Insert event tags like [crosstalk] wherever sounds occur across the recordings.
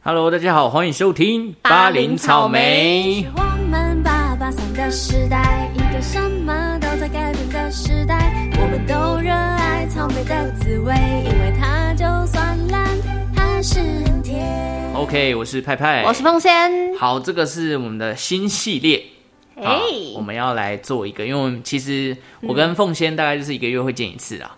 Hello，大家好，欢迎收听巴林草莓巴林草莓。我们八八三的时代，一个什么都在改变的时代。我们都热爱草莓的滋味，因为它就算烂，还是很甜。 OK，我是派派，我是凤仙，好，这个是我们的新系列。哎、啊，我们要来做一个，因为我们其实我跟凤仙大概就是一个月会见一次 [laughs] 啊，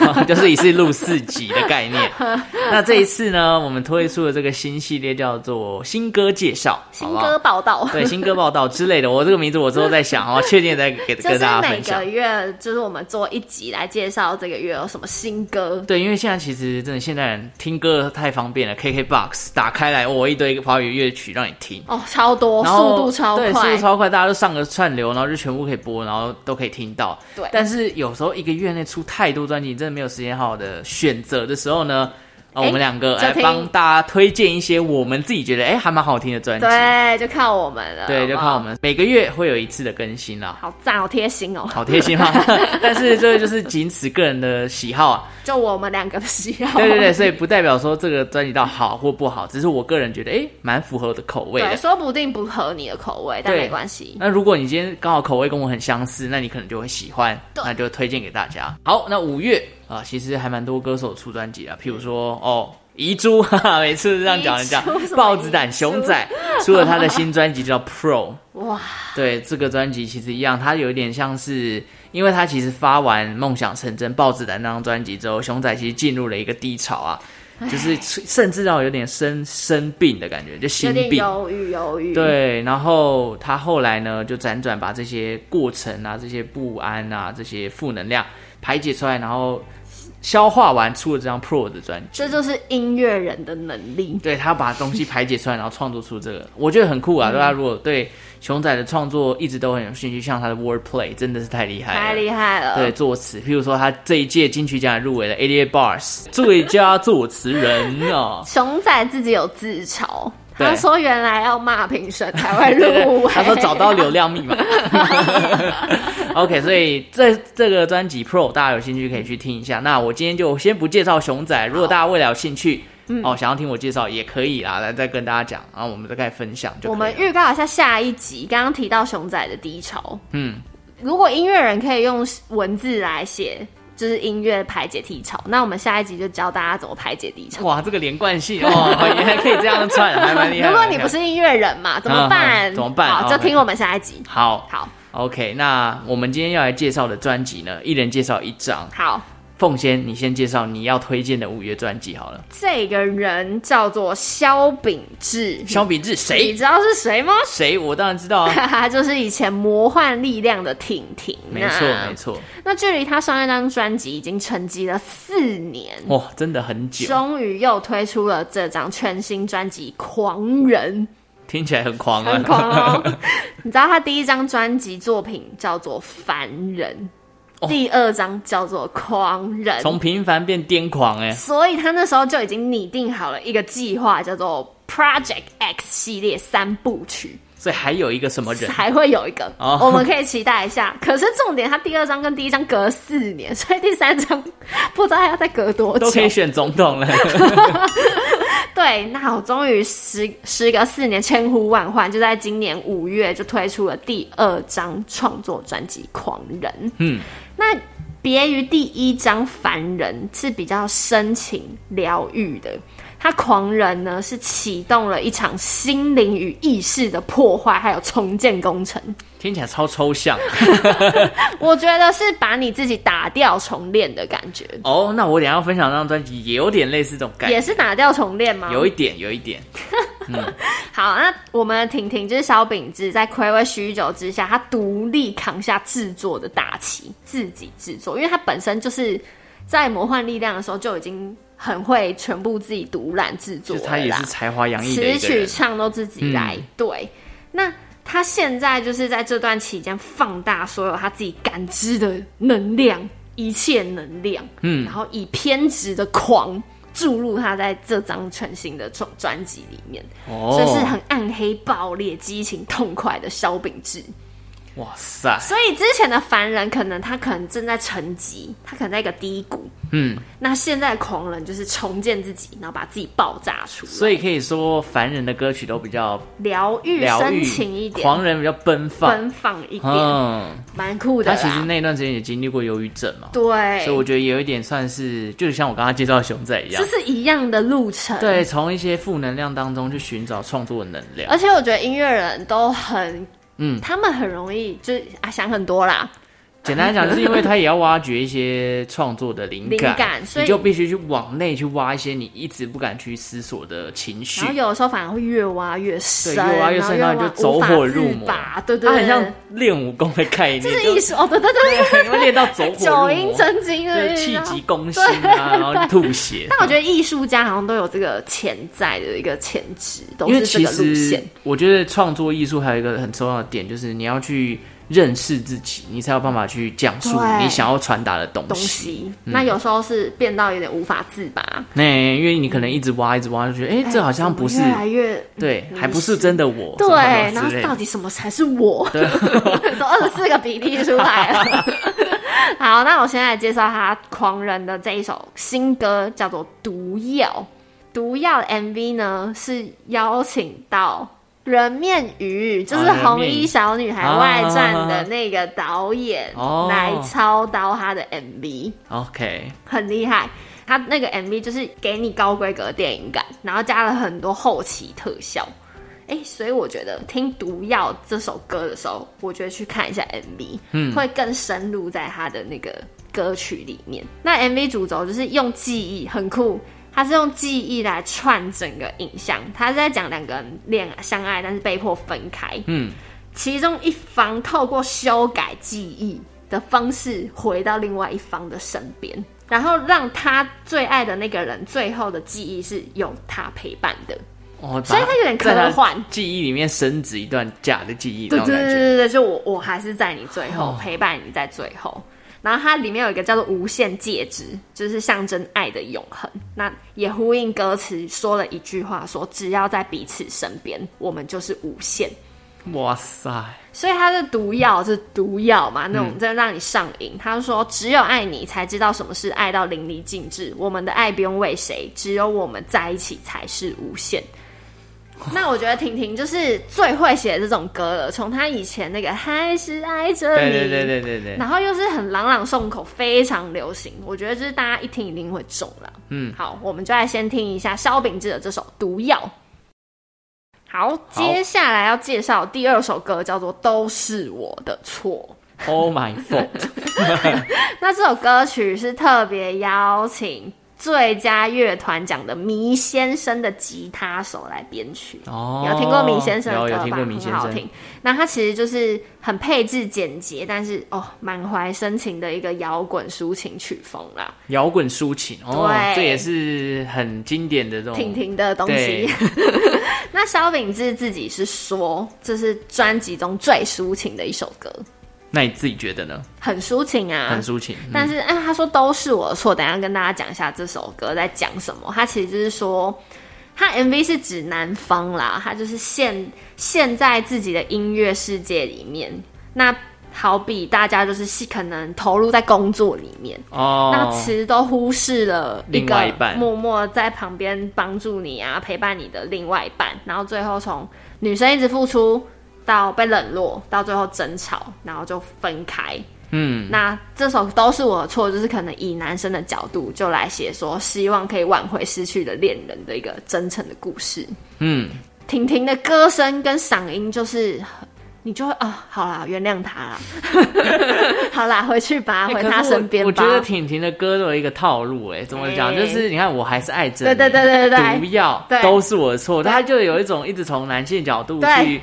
然后就是一次录四集的概念。 [laughs] 那这一次呢，我们推出的这个新系列叫做新歌介绍，新好不歌好？报道。 [laughs] 对新歌报道之类的，我这个名字我之后再想哦，确定再给 [laughs] 就跟是大家每分享个。月，就是我们做一集来介绍这个月有什么新歌。对，因为现在其实真的现代人听歌太方便了，KKBOX 打开来，哦我、一堆华语乐曲让你听，哦，超多，然后速度超对，速快度，超快，大家都上个串流，然后就全部可以播，然后都可以听到。对但是有时候一个月内出太多专辑，你真的没有时间好好的选择的时候呢，啊、哎我们两个就来听帮大家推荐一些我们自己觉得哎还蛮好听的专辑。对，就靠我们了。对，就好不好看我，们每个月会有一次的更新啦。好赞，好贴心哦。好贴心吗？ [laughs] 但是这个就是仅此个人的喜好啊， [laughs] 就我们两个的喜好。 [laughs] 对对对，所以不代表说这个专辑到好或不好，只是我个人觉得，哎，蛮符合我的口味对，的。说不定不合你的口味，但对没关系。那如果你今天刚好口味跟我很相似，那你可能就会喜欢，对那就推荐给大家。好，那五月啊、其实还蛮多歌手出专辑的，啊譬如说哦。遗珠，哈哈，每次这样讲人家遗珠什么豹子胆熊仔 [laughs] 出了他的新专辑叫《Pro》，哇， [laughs] 对这个专辑其实一样，它有一点像是，因为它其实发完《梦想成真》《豹子胆》那张专辑之后，熊仔其实进入了一个低潮啊，就是甚至到有点生生病的感觉，就有心点病。犹豫犹豫。，对，然后他后来呢，就辗转把这些过程啊、这些不安啊、这些负能量排解出来，然后消化完，出了这张 Pro 的专辑。这就是音乐人的能力。对他把东西排解出来，然后创作出这个，我觉得很酷嗯啊！大家如果对熊仔的创作一直都很有兴趣，像他的 Wordplay 真的是太厉害了，太厉害了！。对，作词，譬如说他这一届金曲奖入围了88 Bars 最佳作词人哦熊仔自己有自嘲，对他说原来要骂评审才会 [laughs] 入围，他说找到流量密 [laughs] 码。OK，所以这这个专辑 Pro 大家有兴趣可以去听一下。那我今天就先不介绍熊仔，如果大家未来有兴趣，嗯哦，想要听我介绍也可以啦，来再跟大家讲，然后我们再开始分享就可以了。我们预告一下下一集，刚刚提到熊仔的低潮。嗯，如果音乐人可以用文字来写，就是音乐排解低潮，那我们下一集就教大家怎么排解低潮。 [laughs] 哇，这个连贯性哦，原来可以这样串，还蛮厉害。如果你蛮不厉害是音乐人嘛，怎么嗯嗯办？怎么办哦好，就听我们下一集。好好， ，OK，那我们今天要来介绍的专辑呢，一人介绍一张。好，凤仙，你先介绍你要推荐的五月专辑好了。这个人叫做萧秉治，肖秉志你谁？知道是谁吗？谁？我当然知道 [laughs] 啊，哈哈，就是以前魔幻力量的婷婷、啊，没 [laughs] 错没。错，那距离他上一张专辑已经沉寂了四年，哇，真的很久，终于又推出了这张全新专辑《狂人听起来很 [laughs] 狂》，啊，很狂哦。你知道他第一张专辑作品叫做《凡人》，第二张叫做《狂人》，哦从平凡变癫狂哎、所以他那时候就已经拟定好了一个计划，叫做 Project X 系列三部曲，所以还有一个什么人？还会有一个，哦我们可以期待一下。可是重点，他第二张跟第一张隔了四年， [laughs] 所以第三张不知道还要再隔多都可以久。选总统了， [laughs] 对，那我终于时时隔四年，千呼万唤，就在今年五月就推出了第二张创作专辑《狂人》。嗯，那别于第一章《凡人》是比较深情疗愈的，他《狂人》呢是启动了一场心灵与意识的破坏，还有重建工程。听起来超抽象我觉得是把你自己打掉重练的感觉，哦。那我等一下要分享那张专辑，也有点类似这种感也觉，是啊打掉重练吗？有一点，有一点。好，那我们的婷婷就是萧秉治，在暌违许久之下，他独立扛下制作的大旗，自己制作，因为他本身就是在魔幻力量的时候就已经很会全部自己独揽制作就了啦，他也是才华洋溢的词一个曲人，嗯唱都自己来。对，那他现在就是在这段期间放大所有他自己感知的能量，一切能量，嗯，然后以偏执的狂注入他在这张全新的专专辑里面，哦所以是很暗黑、爆裂、激情、痛快的萧秉治。哇塞，所以之前的凡人可能他可能正在沉寂，他可能在一个低谷。嗯，那现在的狂人就是重建自己，然后把自己爆炸出来，所以可以说凡人的歌曲都比较疗愈疗深愈情一，点，狂人比较奔放。奔放一点，嗯，蛮、酷的他啦。其实那段时间也经历过忧郁症嘛，对，所以我觉得也有一点算是，就是像我刚刚介绍的熊仔一样这，是一样的路程。对，从一些负能量当中去寻找创作的能量。而且我觉得音乐人都很，嗯他们很容易就是啊想很多啦，简单来讲，就是因为他也要挖掘一些创作的灵 [laughs] 灵感，感所以你就必须去往内去挖一些你一直不敢去思索的情绪然后。有的时候反而会越挖越深，对越挖越深然后然后挖你就走无法火入自魔拔对对它对，很像练武功的概念，这是就艺术哦，对对对对，你会练到 [laughs] 走火入九魔，阴真经啊就是对对气对急攻心 [laughs] 啊，然后吐血。但我觉得艺术家好像都有这个潜在的一个潜质，都因为是这其个路实线。我觉得创作艺术还有一个很重要的点，就是你要去认识自己，你才有办法去讲述对你想要传达的东东西。西，那有时候是变到有点无法自拔。那、因为你可能一直挖，一直挖，就觉得哎、这好像不是怎么越来越对，嗯还不是真的我，对，什然么后之类到的。底什么才是我？ [laughs] 从二十四个比例出来了。好，那我现在来介绍他狂人的这一首新歌，叫做《毒药》。毒药的 MV 呢是邀请到人面鱼，就是啊人面鱼啊红衣小女孩外传的那个导演哦来操刀他的 MV， OK，很厉害。他那个 MV 就是给你高规格电影感，然后加了很多后期特效。哎、所以我觉得听《毒药》这首歌的时候，我觉得去看一下 MV，、嗯会更深入在他的那个歌曲里面。那 MV 主轴就是用记忆，很酷。他是用记忆来串整个影像，他是在讲两个人恋爱相爱，但是被迫分开。嗯，其中一方透过修改记忆的方式回到另外一方的身边，然后让他最爱的那个人最后的记忆是有他陪伴的，哦，所以它有点在科幻他记忆里面升值一段假的记忆那对种对感对觉。对对，就我我还是在你最后、哦陪伴你在最后。然后它里面有一个叫做“无限戒指”，就是象征爱的永恒。那也呼应歌词说了一句话说只要在彼此身边，我们就是无限。哇塞，所以它是毒药，就是毒药嘛，那嗯种真的让你上瘾。他说，只有爱你才知道什么是爱到淋漓尽致，我们的爱不用为谁，只有我们在一起才是无限。哦那我觉得婷婷就是最会写这种歌了，从她以前那个还是爱着对你，对对对对对，然后又是很朗朗上口，非常流行。我觉得就是大家一听一定会中了。嗯，好，我们就来先听一下萧秉治的这首《毒药》。好，接下来要介绍第二首歌，叫做《都是我的错》。 ，Oh my God，那这首歌曲是特别邀请最佳乐团奖的迷先生的吉他手来编曲。哦，有听过米先生的有歌有吧？听过米先很好生，听。那他其实就是很配置简洁，但是哦，满怀深情的一个摇滚抒情曲风啦，摇滚抒情哦对，这也是很经典的这种。婷婷的东西哦对。 [laughs] 那萧秉治自己是说，这是专辑中最抒情的一首歌，那你自己觉得呢？很抒情啊，很抒情，嗯但是，哎、他说都是我的错。等一下跟大家讲一下这首歌在讲什么。他其实就是说，他 MV 是指南方啦，他就是现现在自己的音乐世界里面，那好比大家就是可能投入在工作里面，那哦，其实都忽视了一另个外一半默默在旁边帮助你啊、陪伴你的另外一半，然后最后从女生一直付出到被冷落，到最后争吵，然后就分开。嗯，那这首都是我的错，就是可能以男生的角度就来写说，希望可以挽回失去的恋人的一个真诚的故事。嗯，婷婷的歌声跟嗓音就是。你就会啊、好啦，原谅 [laughs] 他啦，好啦，回去吧，欸回可是他我身边吧。我觉得婷婷的歌都有一个套路，哎，怎么讲？欸就是你看，我还是爱着对你，对对对对对毒药对都是我的错，对他就有一种一直从男性角度对去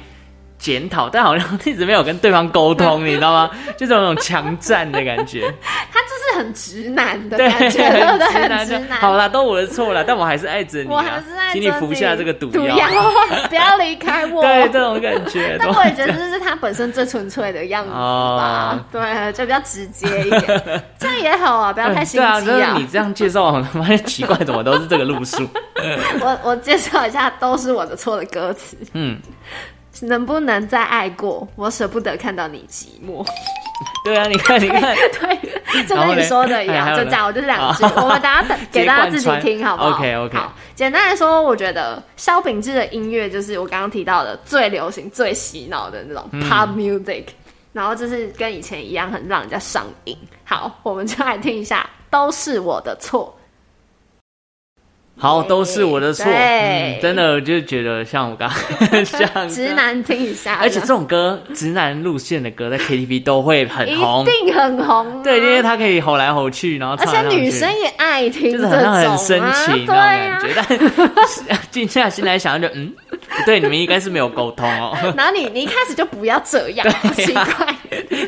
检讨，但好像一直没有跟对方沟 [laughs] 通，你知道吗？就是有那种强占的感觉，他就是很直男的对，感觉，对不对？很很直男直就男。好啦，都我的错啦，但我还是爱着你啊，我还是在请你服下这个毒毒药， [laughs] 不要离开 [laughs] 我。对，这种感 [laughs] 觉，但懂我也觉得这是他本身最纯粹的样子吧哦，对，就比较直接一 [laughs] 点，这样也好啊，不要太心对啊，机就是啊你。这样介绍，我他妈奇怪，怎么都是 [laughs] 这个路数？我我介绍一下，都是我的错的歌词。嗯，能不能再爱过？我舍不得看到你寂寞。对啊，你看，你看，对，就然后跟你嘞说的一哎还有样，就呢这样，我就两句，啊我们大家等接给大家贯自己穿听好不好 OK，OK 好，简单来说，我觉得萧秉治的音乐就是我刚刚提到的最流行、最洗脑的那种嗯 pop music，、然后就是跟以前一样，很让人家上瘾。好，我们就来听一下，都是我的错。好，都是我的错。对嗯，真的，我就觉得像我刚刚像直，男啊听一下，而且嗯哎这种歌，直男路线的歌，在 KTV 都会很一红。定很红、啊，对，因为他可以吼来吼去，然后而唱来且唱去女生也爱听这就是种、好啊，像很深情那对啊种。感觉，但 [laughs] 静下心来想，就嗯，不对，你们应该是没有沟通哦， [laughs] 然后你你一开始就不要这样，啊奇怪，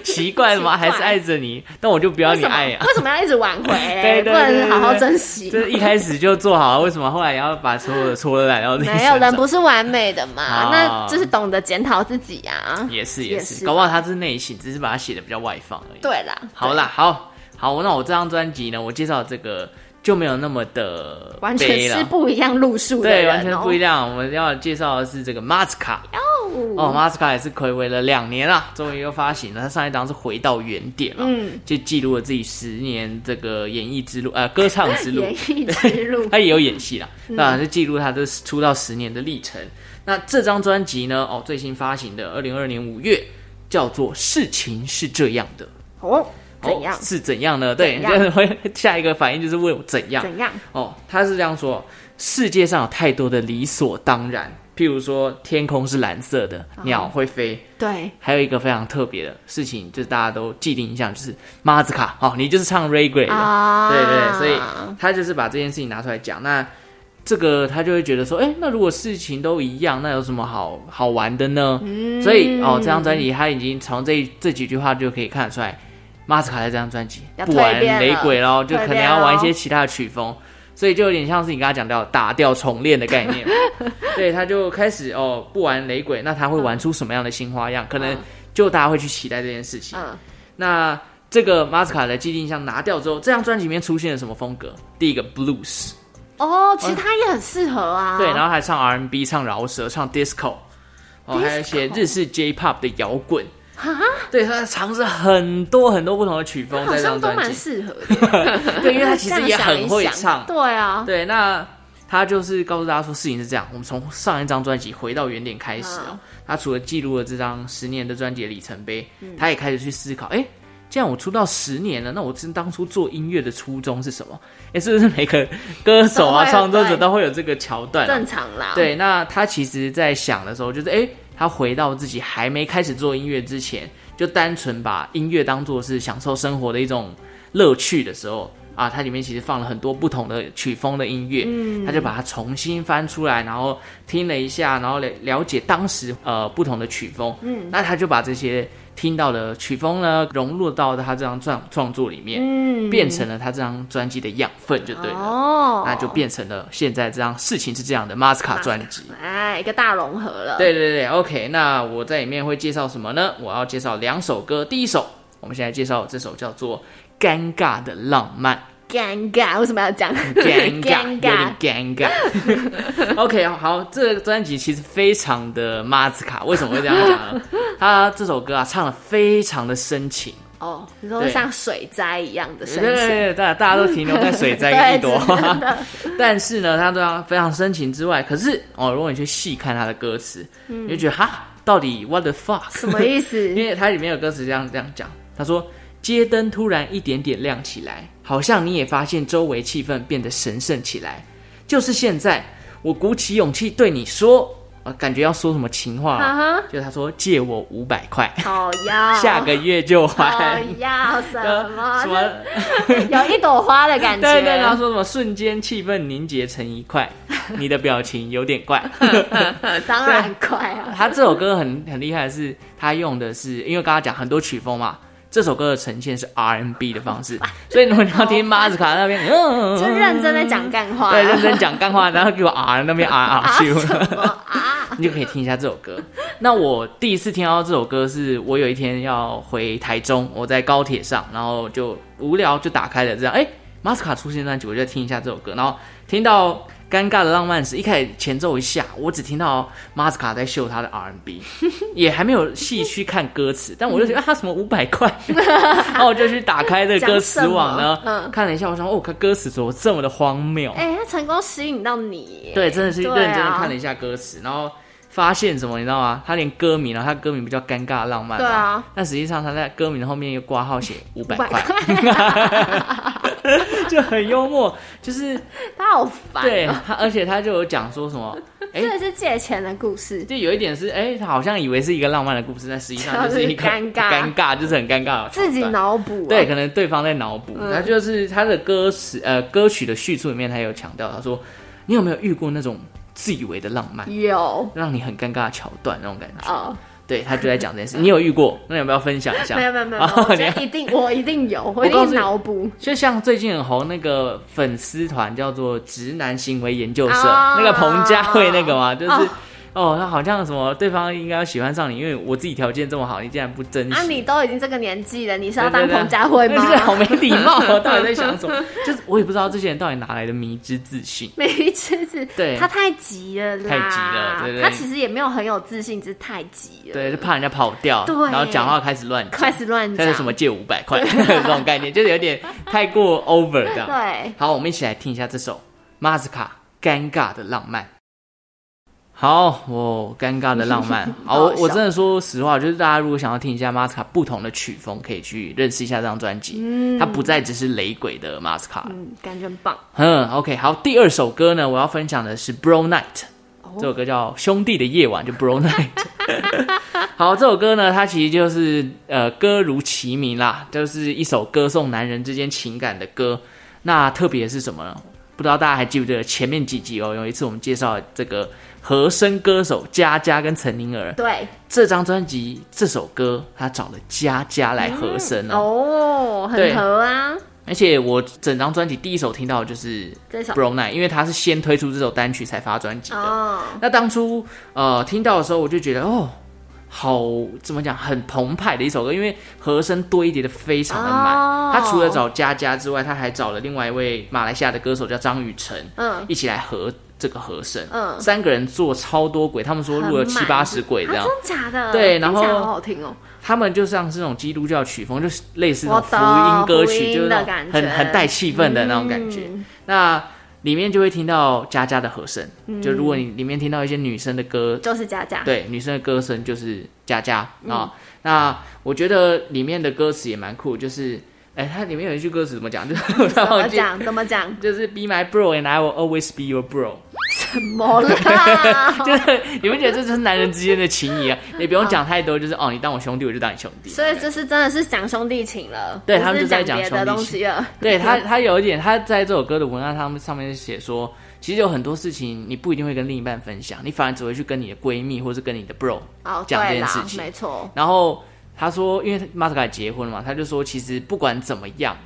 奇怪怎么奇还怪是爱着你？那我就不要为你什么、爱呀、啊。 [laughs] 为什么要一直挽回对对对嘞？不能好好对对珍惜就。是一开始就做好，啊为什么后来也要把所有的错都揽到自己身没上有人不是完美的嘛，啊那就是懂得检讨自己啊。也是也也是，是搞不好他是内心，只是把它写的比较外放而已。对啦，好啦，好好，那我这张专辑呢，我介绍这个就没有那么的完全悲了是不一样路数的对，人、哦，完全不一样。我们要介绍的是这个 m a s k a 嗯哦 m a s k a 也是暌违了两年啦，终于又发行了。他上一张是回到原点了，嗯，就记录了自己十年这个演艺之路，呃，歌唱之路 [laughs] 演。艺之 [laughs] 路嗯他也有演戏啦，那就记录他这出道十年的历程。那这张专辑呢？哦，最新发行的，二零二二年五月，叫做《事情是这样的》。哦，哦怎样、是怎样呢？对，怎样就是会下一个反应就是问我怎样。怎样？哦，他是这样说：世界上有太多的理所当然，譬如说天空是蓝色的，哦鸟会飞。对，还有一个非常特别的事情，就是大家都既定印象就是马子卡哦，你就是唱 Ray Gray 的，啊对对，所以他就是把这件事情拿出来讲。那这个他就会觉得说，哎、那如果事情都一样，那有什么好好玩的呢？嗯所以哦，这张专辑他已经从这一这几句话就可以看得出来，马斯卡在这张专辑要不蜕玩变雷了鬼喽，就蜕可能变要玩一咯些其他的曲风。所以就有点像是你刚刚讲到打掉重练的概 [laughs] 念，对，他就开始哦不玩雷鬼，那他会玩出什么样的新花样？可能嗯就大家会去期待这件事情。嗯，那这个马斯卡的既定印象拿掉之后，这张专辑里面出现了什么风格？第一个 blues，、哦，其实他也很适合啊。对，然后还唱 R&B、唱饶舌、唱 disco，哦，还有一些日式 J-pop 的摇滚。对，他尝试很多很多不同的曲风好在这像张都专蛮辑，适合的， [laughs] 对，因为他其实也很会这样想一唱想。对啊，对，那他就是告诉大家说，事情是这样，我们从上一张专辑回到原点开始哦。嗯他除了记录了这张十年的专辑的里程碑，嗯他也开始去思考，哎、既然我出道十年了，那我真当初做音乐的初衷是什么？哎、是不是每个歌手啊、 [laughs] 都会有创作者对都会有这个桥段、啊？正常啦。，对，那他其实，在想的时候，就是哎、诶他回到自己还没开始做音乐之前，就单纯把音乐当做是享受生活的一种乐趣的时候啊，它里面其实放了很多不同的曲风的音乐，嗯，他就把它重新翻出来，然后听了一下，然后了了解当时呃不同的曲风，嗯，那他就把这些听到的曲风呢，融入到他这张创创作里面，嗯，变成了他这张专辑的养分，就对了。哦，那就变成了现在这样事情是这样的 m a s c a 专辑。哎，一个大融合了。，对对对，OK。那我在里面会介绍什么呢？我要介绍两首歌，第一首我们现在介绍这首叫做《尴尬的浪漫》。尴尬，为什么要讲 [laughs] 尴尬，有尴尬点？尴尬。OK，好， [laughs] 这个专辑其实非常的马子卡，为什么会这样讲呢？他这首歌啊，唱的非常的深情，哦，你说对像水灾一样的对深对情，对，大家大家都停留在水灾跟一 [laughs] 对，朵花。真的，但是呢，他对他非常深情之外，可是哦，如果你去细看他的歌词，你就觉得哈，到底 what the fuck 嗯什么 [laughs] 意思？因为它里面有歌词这样这样讲，他说：“街灯突然一点点亮起来，好像你也发现周围气氛变得神圣起来。就是现在，我鼓起勇气对你说，啊、感觉要说什么情话了。啊就他说借我五百块，哈，好呀，下个月就还。好啊哎呀，什么什么？有一朵花的感觉， [laughs] 对对，然后说什么瞬间气氛凝结成一块， [laughs] 你的表情有点 [laughs] 怪。 [laughs] 当然快啊，他这首歌很很厉害的是，他用的是因为刚刚讲很多曲风嘛，这首歌的呈现是 R N B 的方式，所以如果你要听马斯卡那边，嗯嗯，嗯真认真在讲干话，对认真讲干话，然后给我 R 那边 R [laughs] 啊 R 去，什么啊？ [laughs] 你就可以听一下这首歌。那我第一次听到这首歌是我有一天要回台中，我在高铁上，然后就无聊就打开了这样，哎、马斯卡出现专辑，我就听一下这首歌，然后听到尴尬的浪漫史》一开始前奏一下，我只听到马斯卡在秀他的 R&B，也还没有细去看歌词，但我就觉得、啊，他 [laughs] 什么五百块， [laughs] 然后我就去打开这个歌词网呢，讲什么嗯看了一下，我想哦，看歌词怎么这么的荒谬？ [laughs] 哎、他成功吸引到你耶，对，真的是对认啊真的看了一下歌词，然后发现什么你知道吗？他连歌名，然后他歌名不叫《尴尬浪漫》对嘛，啊，但实际上他在歌名的后面又挂 [laughs] 号写五百500块， [laughs] 就很幽默，就是他好烦、对哦，他，而且他就有讲说什么，哎、这是借钱的故事，就有一点是，哎、他好像以为是一个浪漫的故事，但实际上就是一个 [laughs] 就是尴尬尴尬就是很尴尬的桥段，自己脑补、啊，对，可能对方在脑补，嗯他就是他的歌词呃歌曲的叙述里面，他有强调，他说你有没有遇过那种自以为的浪漫，有让你很尴尬的桥段那种感觉？哦，对他就在讲这件事，你有遇过？那有没有分享一下？没有没有没有， [laughs] 哦我你觉得一定我一定有，我一告诉定你脑补，就像最近很红那个粉丝团叫做“直男行为研究社”，啊那个彭佳慧那个嘛，就是哦哦，他好像什么对方应该要喜欢上你，因为我自己条件这么好，你竟然不珍惜。啊，你都已经这个年纪了，你是要对当对对彭佳慧吗？对 [laughs] 好没礼貌哦，到底在想什么？就是我也不知道这些人到底哪来的迷之自信。没吃子， [laughs] 对他太急了啦，太急了对对他其实也没有很有自信，只是太急了，对，就怕人家跑掉，对然后讲话开始乱讲，开始乱开讲始什么借五百块 [laughs] 这种概念，就是有点太过 over 这样。对，好，我们一起来听一下这首马斯卡《尴尬的浪漫》。好，我、尴尬的浪漫。好，我好笑我真的说实话，就是大家如果想要听一下马斯卡不同的曲风，可以去认识一下这张专辑。它不再只是雷鬼的马斯卡了。嗯，感觉很棒。嗯，OK，好，第二首歌呢，我要分享的是《Bro Night》。这首歌叫《兄弟的夜晚》，就 Bro Night。好，这首歌呢，它其实就是呃，歌如其名啦，就是一首歌颂男人之间情感的歌。那特别是什么呢？不知道大家还记不记得前面几集哦？有一次我们介绍这个和声歌手佳佳跟陈宁儿对，这张专辑，这首歌他找了佳佳来和声哦，哦，对很合啊，而且我整张专辑第一首听到的就是这首 Bro Night，因为他是先推出这首单曲才发专辑的。哦，那当初呃听到的时候，我就觉得哦，好怎么讲，很澎湃的一首歌，因为和声堆叠的非常的满。哦他除了找佳佳之外，他还找了另外一位马来西亚的歌手叫张雨晨，嗯，一起来合这个和声。嗯三个人做超多轨，他们说录了很七满八十轨这啊，样。真假的？对听然起来后好好听哦，他们就像是那种基督教曲风，就是类似那我种福音懂歌福曲，音就是那的种感觉嗯很很带气氛的那种感觉。那里面就会听到佳佳的和声，嗯就如果你里面听到一些女生的歌，就是佳佳，对，女生的歌声就是佳佳啊、嗯那我觉得里面的歌词也蛮酷，就是哎，它里面有一句歌词怎么讲？ [laughs] 就是我怎么忘记，讲？怎么讲？就是 Be my bro and I will always be your bro。怎么啦？就是你们觉得这就是男人之间的情 [laughs] 谊啊？也不用讲太多，就是哦，你当我兄弟，我就当你兄弟。 [laughs] 所以就是真的是讲兄弟情了，对不他们就是是在讲讲别兄的弟东西了，对他，他有一点，他在这首歌的文案上面上面写说，其实有很多事情你不一定会跟另一半分享，你反而只会去跟你的闺蜜或是跟你的 bro 哦，讲这对件事啦，情没错，然后他说，因为马斯卡结婚了嘛，他就说，其实不管怎么样，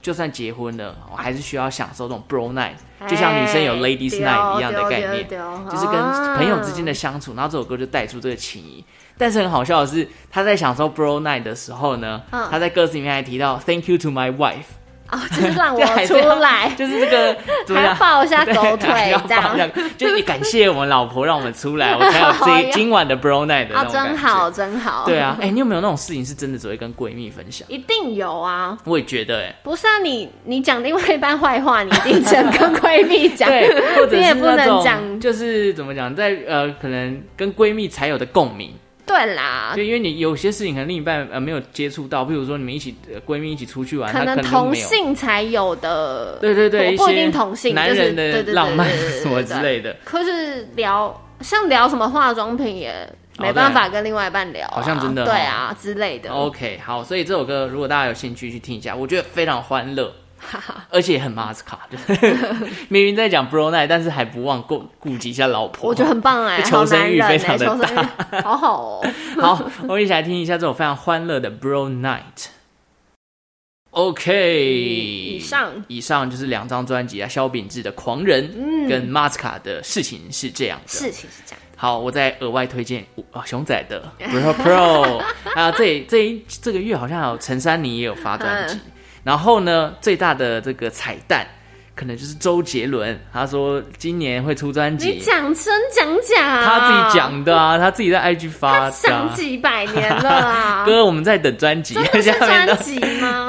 就算结婚了，我还是需要享受这种 bro night，就像女生有哎 ladies night 一样的对哦概对念，对对 [laughs] 就是跟朋友之间的相处。然后这首歌就带出这个情谊。但是很好笑的是，他在享受 bro night 的时候呢，嗯他在歌词里面还提到 Thank you to my wife，哦，就是 [laughs] 让就我还出这样来，就是这个怎么还要样？抱一下啊 [laughs] 对啊狗腿还要这抱样这。样，就是你感谢我们老婆让我们出来，我才 [laughs] 有这今晚的 bro night 的那啊，种感真觉。好，真好。对， [laughs] 啊，哎、你有没有那种事情是真的只会跟闺蜜分享？一定有啊。我也觉得、 [laughs] 欸，不是啊，你你讲另外一半坏话，你一定只能跟闺蜜讲，对，或者你是也不那能种讲。就是怎么讲，在呃，可能跟闺蜜才有的共鸣，对啦，就因为你有些事情可能另一半呃没有接触到，比如说你们一起呃闺蜜一起出去玩，可她能可能都同没有。性才有的，对对对，不不一些定同性男人就是对对的对对浪漫对对对对 [laughs] 什么之类的，可是聊像聊什么化妆品也没办法跟另外一半聊啊、好哦像真的哦对啊之类的。 OK，好，所以这首歌如果大家有兴趣去听一下，我觉得非常欢 [laughs] 乐，而且也很马斯卡，就是 [laughs] 明明在讲 bro night，但是还不忘顾顾及一下老婆。我觉得很棒哎、哦求好生男欲人哎、非常地求生欲 [laughs] 好好哦。 [laughs] 好，我们一起来听一下这首非常欢乐的 bro night。OK，嗯以上以上就是两张专辑啊，萧秉治的《狂人》跟 m a s k a 的事情是这样的。事情嗯是这样，好，我再额外推荐啊、熊仔的 [laughs] Pro Pro 啊，这这一这嗯个月好像还有陈珊妮也有发专辑，然后呢，最大的这个彩蛋可能就是周杰伦，他说今年会出专你辑，讲真讲假啊，他自己讲的啊，他自己在 IG 发他的、想啊。几百年 [laughs] 了啊，哥，我们在等专辑，真的是 [laughs] 下面专的辑 吗？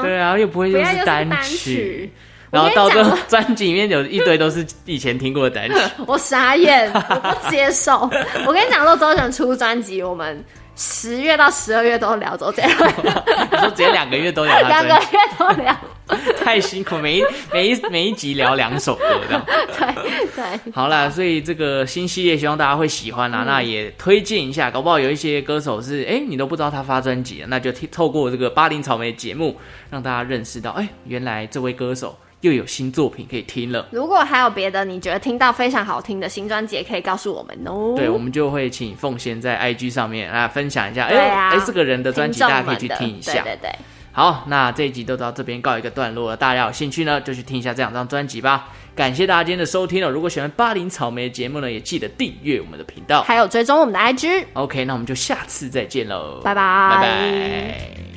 [laughs] 对啊，又不会不又要又是是单单曲，曲，然后到我跟你最讲后专辑里面有一堆都是以前听过的单曲。我傻眼，我不接受。 [laughs] 我跟你讲，说周杰伦出专辑，我们十月到十二月都聊周杰 [laughs] 伦，你说直接两个月都聊他 [laughs] 两个专辑，月都聊。太辛苦，每一 [laughs] 每一每一集聊两首歌这样。对，好啦，所以这个新系列希望大家会喜欢嗯啦。那也推荐一下，搞不好有一些歌手是哎、你都不知道他发专辑，那就听透过这个八零草莓节目，让大家认识到，哎、原来这位歌手又有新作品可以听了。如果还有别的你觉得听到非常好听的新专辑，也可以告诉我们哦。对，我们就会请奉献在 IG 上面啊分享一下，哎、对啊哎、这个人的听众专们的辑大家可以去听一下。对对对，好，那这一集就到这边告一个段落了。大家有兴趣呢，就去听一下这两张专辑吧。感谢大家今天的收听哦。如果喜欢巴林草莓的节目呢，也记得订阅我们的频道。还有追踪我们的 IG。 OK，那我们就下次再见喽，拜拜拜拜。